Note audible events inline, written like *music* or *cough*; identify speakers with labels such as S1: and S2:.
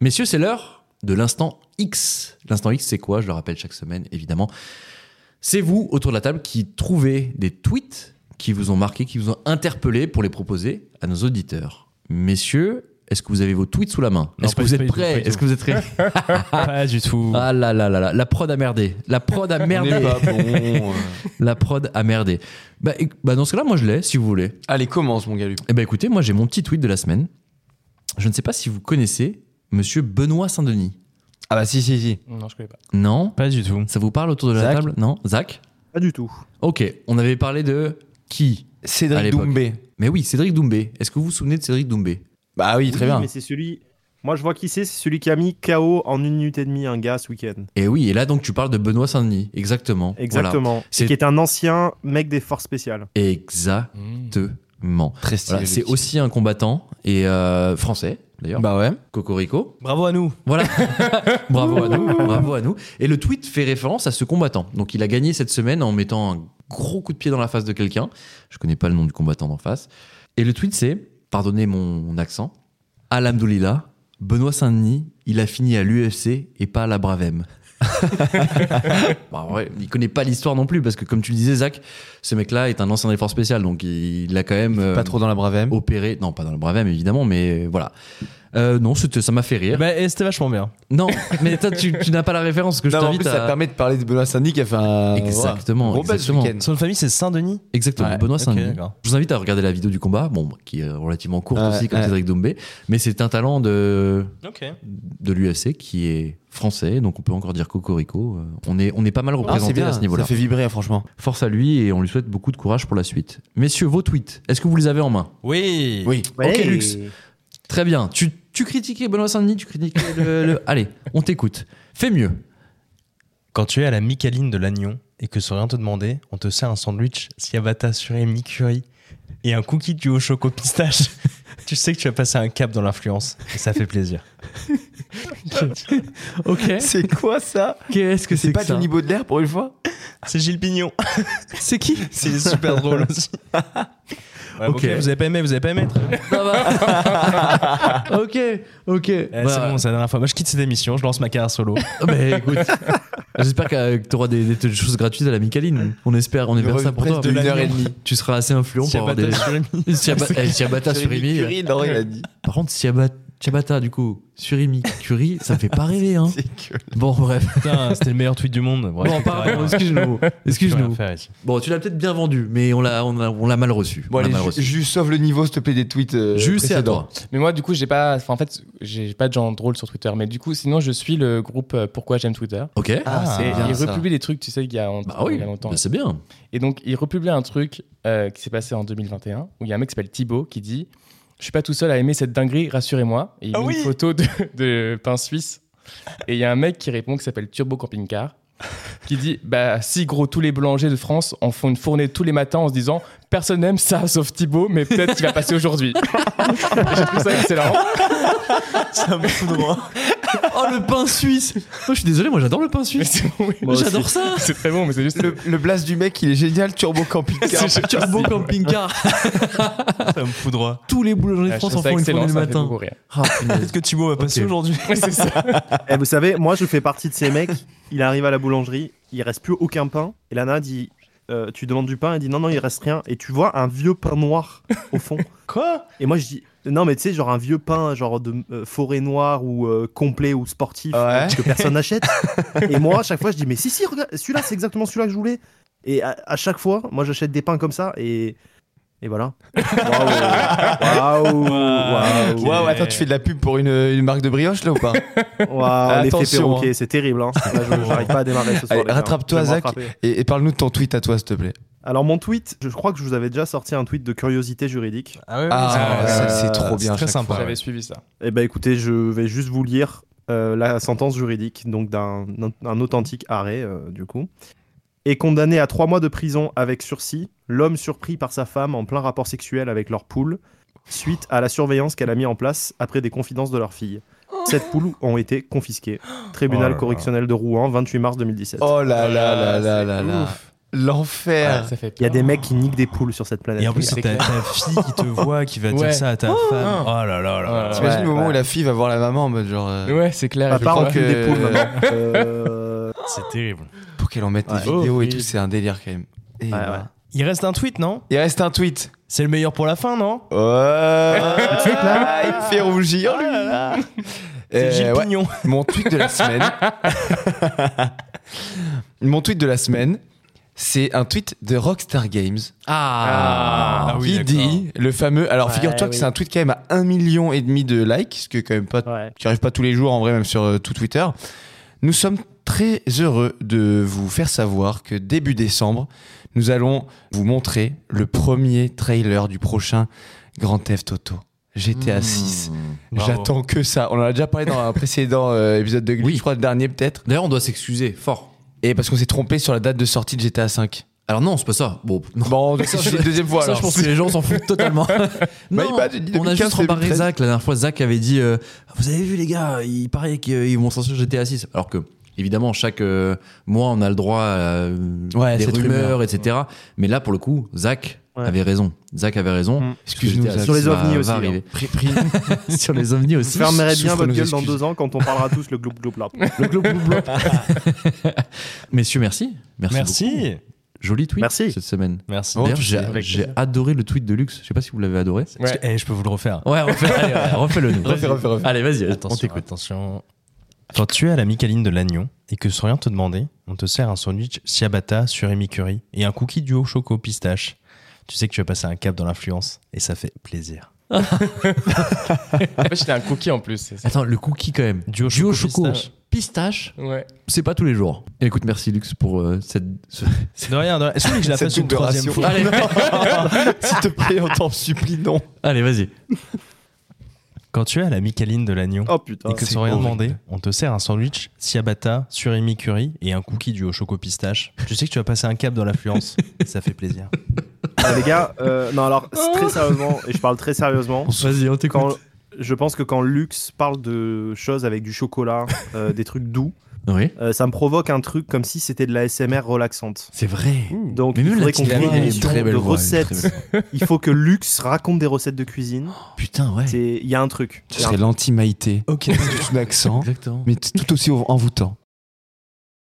S1: Messieurs, c'est l'heure de l'instant X. L'instant X, c'est quoi Je le rappelle chaque semaine, évidemment. C'est vous, autour de la table, qui trouvez des tweets qui vous ont marqué, qui vous ont interpellé pour les proposer à nos auditeurs. Messieurs, est-ce que vous avez vos tweets sous la main
S2: Non,
S1: Est-ce que
S2: pas
S1: vous
S2: du
S1: êtes
S2: tout, pas
S1: prêts
S2: du
S1: Est-ce que vous êtes prêts
S2: Pas du tout.
S1: Ah là là là là, la prod a merdé. La
S2: *laughs*
S1: prod a
S3: On n'est
S1: merdé.
S3: pas
S1: *laughs*
S3: bon. euh.
S1: La prod a merdé. Bah, éc- bah, dans ce cas-là, moi je l'ai, si vous voulez.
S3: Allez, commence, mon Galup.
S1: Eh ben écoutez, moi j'ai mon petit tweet de la semaine. Je ne sais pas si vous connaissez Monsieur Benoît Saint-Denis.
S3: Ah bah si, si, si.
S2: Non, je connais pas.
S1: Non
S2: Pas du tout.
S1: Ça vous parle autour de la
S3: Zach
S1: table Non Zach
S4: Pas du tout.
S1: Ok, on avait parlé de qui À
S3: Cédric
S1: l'époque.
S3: Doumbé.
S1: Mais oui, Cédric Doumbé. Est-ce que vous vous souvenez de Cédric Doumbé
S3: Bah oui, très
S4: Oui,
S3: bien.
S4: Mais c'est celui. Moi, je vois qui c'est. C'est celui qui a mis KO en une minute et demie un gars ce week-end.
S1: Et Eh oui, et là donc tu parles de Benoît Saint-Denis. Exactement. Voilà.
S4: Exactement.
S1: C'est-
S4: C'est qui est un ancien mec des forces spéciales.
S1: Exactement.
S2: Hmm.
S3: Très stylé.
S1: Voilà,
S3: le
S1: c'est
S3: petit.
S1: aussi un combattant et euh, français d'ailleurs.
S3: Bah ouais.
S1: Cocorico.
S2: Bravo à nous.
S3: *laughs*
S1: Voilà. bravo à nous, bravo à nous. Et le tweet fait référence à ce combattant. Donc il a gagné cette semaine en mettant un gros coup de pied dans la face de quelqu'un. Je connais pas le nom du combattant d'en face. Et le tweet c'est, pardonnez mon accent, Alhamdoulilah, Benoît Saint-Denis, il a fini à l'UFC et pas à la Bravem. *laughs* Bah, en vrai, il connaît pas l'histoire non plus parce que comme tu le disais Zach, ce mec-là est un ancien effort spécial donc il a quand même euh,
S3: Pas trop dans la bravem.
S1: opéré, non pas dans le Bravem évidemment mais euh, voilà. Euh, non, c'était- ça m'a fait rire.
S2: Bah, et c'était vachement bien.
S1: Non, mais toi, tu, tu n'as pas la référence parce que je
S3: Non, mais en
S1: t'invite
S3: plus, ça
S1: à.
S3: permet de parler de Benoît Sandy qui a fait un
S1: Exactement,
S3: voilà, gros buzz ce
S1: exactement.
S3: week-end.
S2: Son nom de famille, c'est Saint-Denis.
S1: Exactement,
S3: Ouais,
S1: Benoît
S2: ok,
S1: Saint-Denis.
S2: d'accord.
S1: Je vous invite à regarder la vidéo du combat, bon, qui est relativement courte
S3: Ouais,
S1: aussi, comme
S3: ouais.
S1: Cédric Doumbé, mais c'est un talent de,
S2: Ok.
S1: de l'UFC qui est français, donc on peut encore dire Cocorico. Euh, On est, on est pas mal
S3: Ah, c'est
S1: représenté
S3: bien,
S1: à ce niveau-là.
S3: ça fait vibrer, hein, franchement.
S1: Force à lui et on lui souhaite beaucoup de courage pour la suite. Messieurs, vos tweets, est-ce que vous les avez en main
S2: Oui.
S3: Oui.
S1: Ok, luxe. Très bien. Tu, tu critiquais Benoît Saint-Denis, tu critiquais le.
S3: *laughs*
S1: le- Allez, on t'écoute. Fais mieux.
S2: Quand tu es à la Micaline de Lannion et que sans rien te demander, on te sert un sandwich ciabatta suré mi-curry et un cookie du au choco pistache. *laughs* tu sais que tu as passé un cap dans l'influence et ça fait plaisir.
S1: Ok.
S3: *laughs* C'est quoi ça
S1: Qu'est-ce que
S3: Oh. C'est
S1: c'est
S3: pas
S1: que ça
S3: Johnny Baudelaire pour une fois
S2: *laughs* C'est Gilles Pignon.
S1: C'est qui
S2: *laughs* C'est super drôle aussi. *laughs* Ouais,
S1: Ok.
S2: ok, vous avez pas aimé, vous avez pas aimé. très bien.
S1: Ça va. *laughs* ok, ok.
S2: Eh,
S1: Bah,
S2: C'est bon, c'est la dernière fois. Moi, je quitte cette émission, je lance ma carrière solo.
S1: bah, écoute, j'espère que tu auras des, des choses gratuites à la Micaline. On espère, on espère ça pour toi.
S3: de une heure et demie.
S1: Tu seras assez influent pour avoir
S2: Ciabatta
S1: des.
S2: suré
S1: Ciaba- eh, *laughs* Ciabatta sur Imi.
S3: Curie, non, il a dit.
S1: Par contre, Ciabatta, Ciabatta du coup, sur Imi Curie, ça me fait pas rêver. Hein.
S3: *laughs* C'est que-
S1: Bon, bref.
S2: Putain, c'était le meilleur tweet du monde. Bref,
S1: bon,
S2: on peut rien-
S1: pardon, excuse-nous.
S2: on peut rien
S1: Excuse-nous.
S2: faire ici.
S1: Bon, tu l'as peut-être bien vendu, mais on l'a on l'a- on l'a mal reçu.
S3: Bon,
S1: on l'a
S3: allez,
S1: mal
S3: Ju-
S1: reçu.
S3: Ju, sauve le niveau, s'il te plaît, des tweets. euh,
S1: Ju, c'est à
S3: précédents.
S1: toi.
S5: Mais moi, du coup, j'ai pas. Enfin, en fait, j'ai pas de gens drôles sur Twitter. Mais du coup, sinon, je suis le groupe euh, Pourquoi j'aime Twitter.
S1: Ok.
S3: Ah,
S5: Et
S3: c'est bien.
S5: ils
S3: ça.
S5: republient des trucs, tu sais, il y a, en-
S1: Bah oui,
S5: il y a longtemps.
S1: bah, c'est bien.
S5: Et donc, ils republient un truc euh, qui s'est passé en 2021 où il y a un mec qui s'appelle Thibaut qui dit Je suis pas tout seul à aimer cette dinguerie, rassurez-moi. Et il
S2: Ah
S5: met
S2: oui
S5: une photo de, de pain suisse. Et il y a un mec qui répond qui s'appelle Turbo Camping Car qui dit Bah, si gros, tous les boulangers de France en font une fournée tous les matins en se disant Personne n'aime ça sauf Thibaut, mais peut-être qu'il va passer aujourd'hui. *laughs* Je trouve ça excellent.
S1: *laughs* Oh, le pain suisse Oh, Je suis désolé, moi j'adore le pain
S5: Mais
S1: suisse.
S5: c'est bon, oui.
S1: J'adore ça
S5: C'est très bon, mais c'est juste.
S3: Le, le blast du mec, il est génial, Turbo
S1: *laughs*
S3: Camping Car.
S5: *laughs* C'est-
S1: Turbo camping-car.
S2: Ça me fout droit.
S1: Tous les boulangers de
S5: Ah, je
S1: France
S5: trouve
S1: en
S5: ça
S1: font une
S5: excellent,
S1: fournée le
S5: ça me fait
S1: matin.
S5: beaucoup rire.
S1: Ah, punaise.
S5: *laughs*
S2: Est-ce que Thibaut va passer
S1: Ok.
S2: aujourd'hui
S5: Ouais, c'est ça.
S4: Et Eh, vous savez, moi, je fais partie de ces mecs. Il arrive à la boulangerie, il reste plus aucun pain. Et Lana dit. euh, tu demandes du pain, elle dit non, non, il reste rien. Et tu vois un vieux pain noir au fond.
S2: Quoi
S4: Et moi je dis non, mais tu sais, genre un vieux pain, genre de euh, forêt noire ou euh, complet ou sportif
S3: Ouais.
S4: que personne n'achète. Et moi à chaque fois je dis mais si, si, regarde, celui-là c'est exactement celui-là que je voulais. Et à, à chaque fois, moi j'achète des pains comme ça et. Et voilà. Waouh! Waouh! Waouh!
S3: Waouh, attends, tu fais de la pub pour une, une marque de brioche là
S1: *laughs*
S3: ou pas
S4: Waouh, l'effet
S3: Ah, Attention,
S4: perroquet, c'est terrible. Hein. Là, je- j'arrive pas à démarrer ce soir.
S3: Allez,
S4: les gars.
S3: rattrape-toi,
S4: Je vais me
S3: Zach.
S4: rattraper.
S3: Et, et parle-nous de ton tweet à toi, s'il te plaît.
S4: Alors, mon tweet, je crois que je vous avais déjà sorti un tweet de curiosité juridique.
S2: Ah ouais,
S3: Ah,
S2: c'est-
S3: ça, c'est trop
S2: c'est
S3: bien. à
S2: très
S3: chaque
S2: sympa.
S3: fois.
S5: J'avais suivi ça.
S4: Eh ben, écoutez, je vais juste vous lire euh, la sentence juridique, donc d'un un authentique arrêt, euh, du coup. Est condamné à trois mois de prison avec sursis, l'homme surpris par sa femme en plein rapport sexuel avec leur poule, suite à la surveillance qu'elle a mis en place après des confidences de leur fille. Sept poules ont été confisquées.
S2: Oh là Oh.
S4: Tribunal
S2: là.
S5: Ah
S4: correctionnel de Rouen, 28 mars 2017.
S3: Oh Ah là là là là là là. L'enfer.
S5: ça fait
S4: Il y a
S5: peur.
S4: des mecs qui niquent des poules sur cette planète.
S2: Et en plus, c'est
S5: c'est
S2: ta,
S5: clair.
S2: ta fille qui te voit, qui va dire
S5: Ouais.
S2: ça à ta femme. Oh là là là.
S5: Ouais.
S3: T'imagines
S4: Ouais,
S3: le moment
S4: ouais.
S3: où la fille va voir la maman en mode genre. euh,
S5: Ouais, c'est clair. je
S4: Papa
S5: crois.
S3: crois
S4: encule
S3: que-
S4: des poules maintenant.
S2: *laughs*
S4: Euh,
S2: C'est terrible.
S3: Pour qu'elle en mette
S4: Ouais.
S3: des vidéos et
S5: Horrible.
S3: tout, c'est un délire quand même. Et voilà.
S4: ouais.
S2: Il reste un tweet, non
S3: Il reste un *laughs* tweet.
S2: C'est le meilleur pour la fin, non
S3: Oh, là, il me fait rougir lui.
S2: C'est
S3: Ah Euh,
S2: Gilles
S3: ouais.
S2: Pignon.
S3: Mon tweet de la *laughs* semaine. Mon tweet de la semaine, c'est un tweet de Rockstar Games
S1: Ah,
S2: Ah oui,
S3: qui
S2: d'accord.
S3: dit le fameux. Alors
S4: Ouais,
S3: figure-toi que
S4: oui.
S3: c'est un tweet quand même à un million et demi de likes, ce qui est quand même pas
S4: ouais.
S3: qui arrive pas tous les jours en vrai, même sur euh, tout Twitter. Nous sommes très heureux de vous faire savoir que début décembre, nous allons vous montrer le premier trailer du prochain Grand Theft Auto GTA
S1: Hmm.
S3: 6.
S2: Bravo.
S3: J'attends que ça. On en a déjà parlé dans un précédent euh, épisode de Glee,
S1: Oui.
S3: je crois le dernier peut-être.
S1: D'ailleurs, on doit s'excuser fort.
S3: Et parce qu'on s'est trompé sur la date de sortie de GTA 5.
S1: Alors non, c'est pas ça. Bon, non.
S3: Bon, donc ça, c'est la deuxième fois
S1: ça, je
S3: alors.
S1: pense que les gens s'en foutent totalement. non,
S3: il m'a dit
S1: on a
S3: 2015,
S1: juste rembarré
S3: 2013.
S1: Zach. La dernière fois, Zach avait dit euh, Vous avez vu, les gars, il paraît qu'ils vont sortir GTA 6. Alors que, évidemment, chaque euh, mois, on a le droit à euh,
S3: Ouais,
S1: des
S3: cette
S1: rumeurs, etc. Mais là, pour le coup, Zach
S4: Ouais.
S1: avait raison. Zach avait raison.
S4: Mm.
S3: Excuse-nous,
S1: Parce que
S3: Zach.
S4: Sur les
S1: va-
S4: ovnis
S1: va
S4: aussi,
S1: arriver.
S3: Pri- pri-
S1: Sur les ovnis
S4: Vous
S1: aussi.
S4: fermerez
S3: souffre
S4: bien votre
S3: nos
S4: gueule dans
S3: excuses.
S4: deux ans quand on parlera tous le gloup gloup là.
S1: Le gloup, gloup, gloup. *laughs* Messieurs, merci. Merci. beaucoup.
S2: Merci.
S1: Joli tweet
S4: Merci.
S1: cette semaine.
S2: Merci. Oh,
S1: D'ailleurs,
S2: Parce
S1: j'ai-
S5: avec
S1: j'ai adoré le tweet de Luxe. Je sais pas si vous l'avez adoré.
S2: que- *laughs* Eh, je peux vous le refaire.
S1: Ouais, refais- *laughs* allez, ouais, refais-le
S2: *laughs*
S1: nous.
S3: Refais, refais, refais.
S1: Allez, vas-y, on
S2: Attention,
S1: t'écoute.
S2: attention. Quand tu es à la Micaline de Lannion et que sans rien te demander, on te sert un sandwich ciabatta sur Emi Curry et un cookie duo choco pistache. Tu sais que tu vas passer un cap dans l'influence et ça fait plaisir.
S5: En fait, j'étais un cookie en plus. c'est ça.
S1: Attends, le cookie quand même.
S2: Duo
S1: Duo
S2: choco
S1: choco
S2: pistache.
S1: pistache,
S5: Ouais.
S1: c'est pas tous les jours. Et écoute, merci Lux pour euh, cette. ce-
S2: De rien, de rien. Est-ce que vous voulez que je la
S3: Cette
S2: fasse une
S3: double
S2: troisième
S3: ration.
S2: fois
S1: *laughs* Allez,
S3: S'il te plaît, on t'en supplie, non.
S1: allez, vas-y.
S2: Quand tu es à la Micaline de Lannion
S4: Oh putain.
S2: et que
S3: c'est
S2: sans rien
S3: horrible.
S2: demander, on te sert un sandwich ciabatta sur Emi Curry et un cookie duo choco pistache. Tu sais que tu vas passer un cap dans l'influence et ça fait plaisir.
S4: Ah, les gars, euh, non alors c'est très sérieusement et je parle très sérieusement.
S1: Vas-y, on t'écoute.
S4: Quand je pense que quand Lux parle de choses avec du chocolat, euh, des trucs doux,
S1: Oui,
S4: euh, ça me provoque un truc comme si c'était de la SMR relaxante.
S1: c'est vrai.
S4: Donc
S1: Mais
S4: il
S1: même
S4: faudrait
S1: la
S4: qu'on
S1: petite
S4: crée
S1: voix,
S4: une
S1: elle a une
S4: émission
S3: très belle
S4: de
S3: voix, elle a une très
S4: recettes. Il faut que Lux raconte des recettes de cuisine.
S1: Putain, ouais.
S4: C'est il y a un truc.
S3: Ce serait l'anti-maïté. Ok. C'est juste un accent,
S1: Exactement.
S3: mais t- tout aussi envoûtant.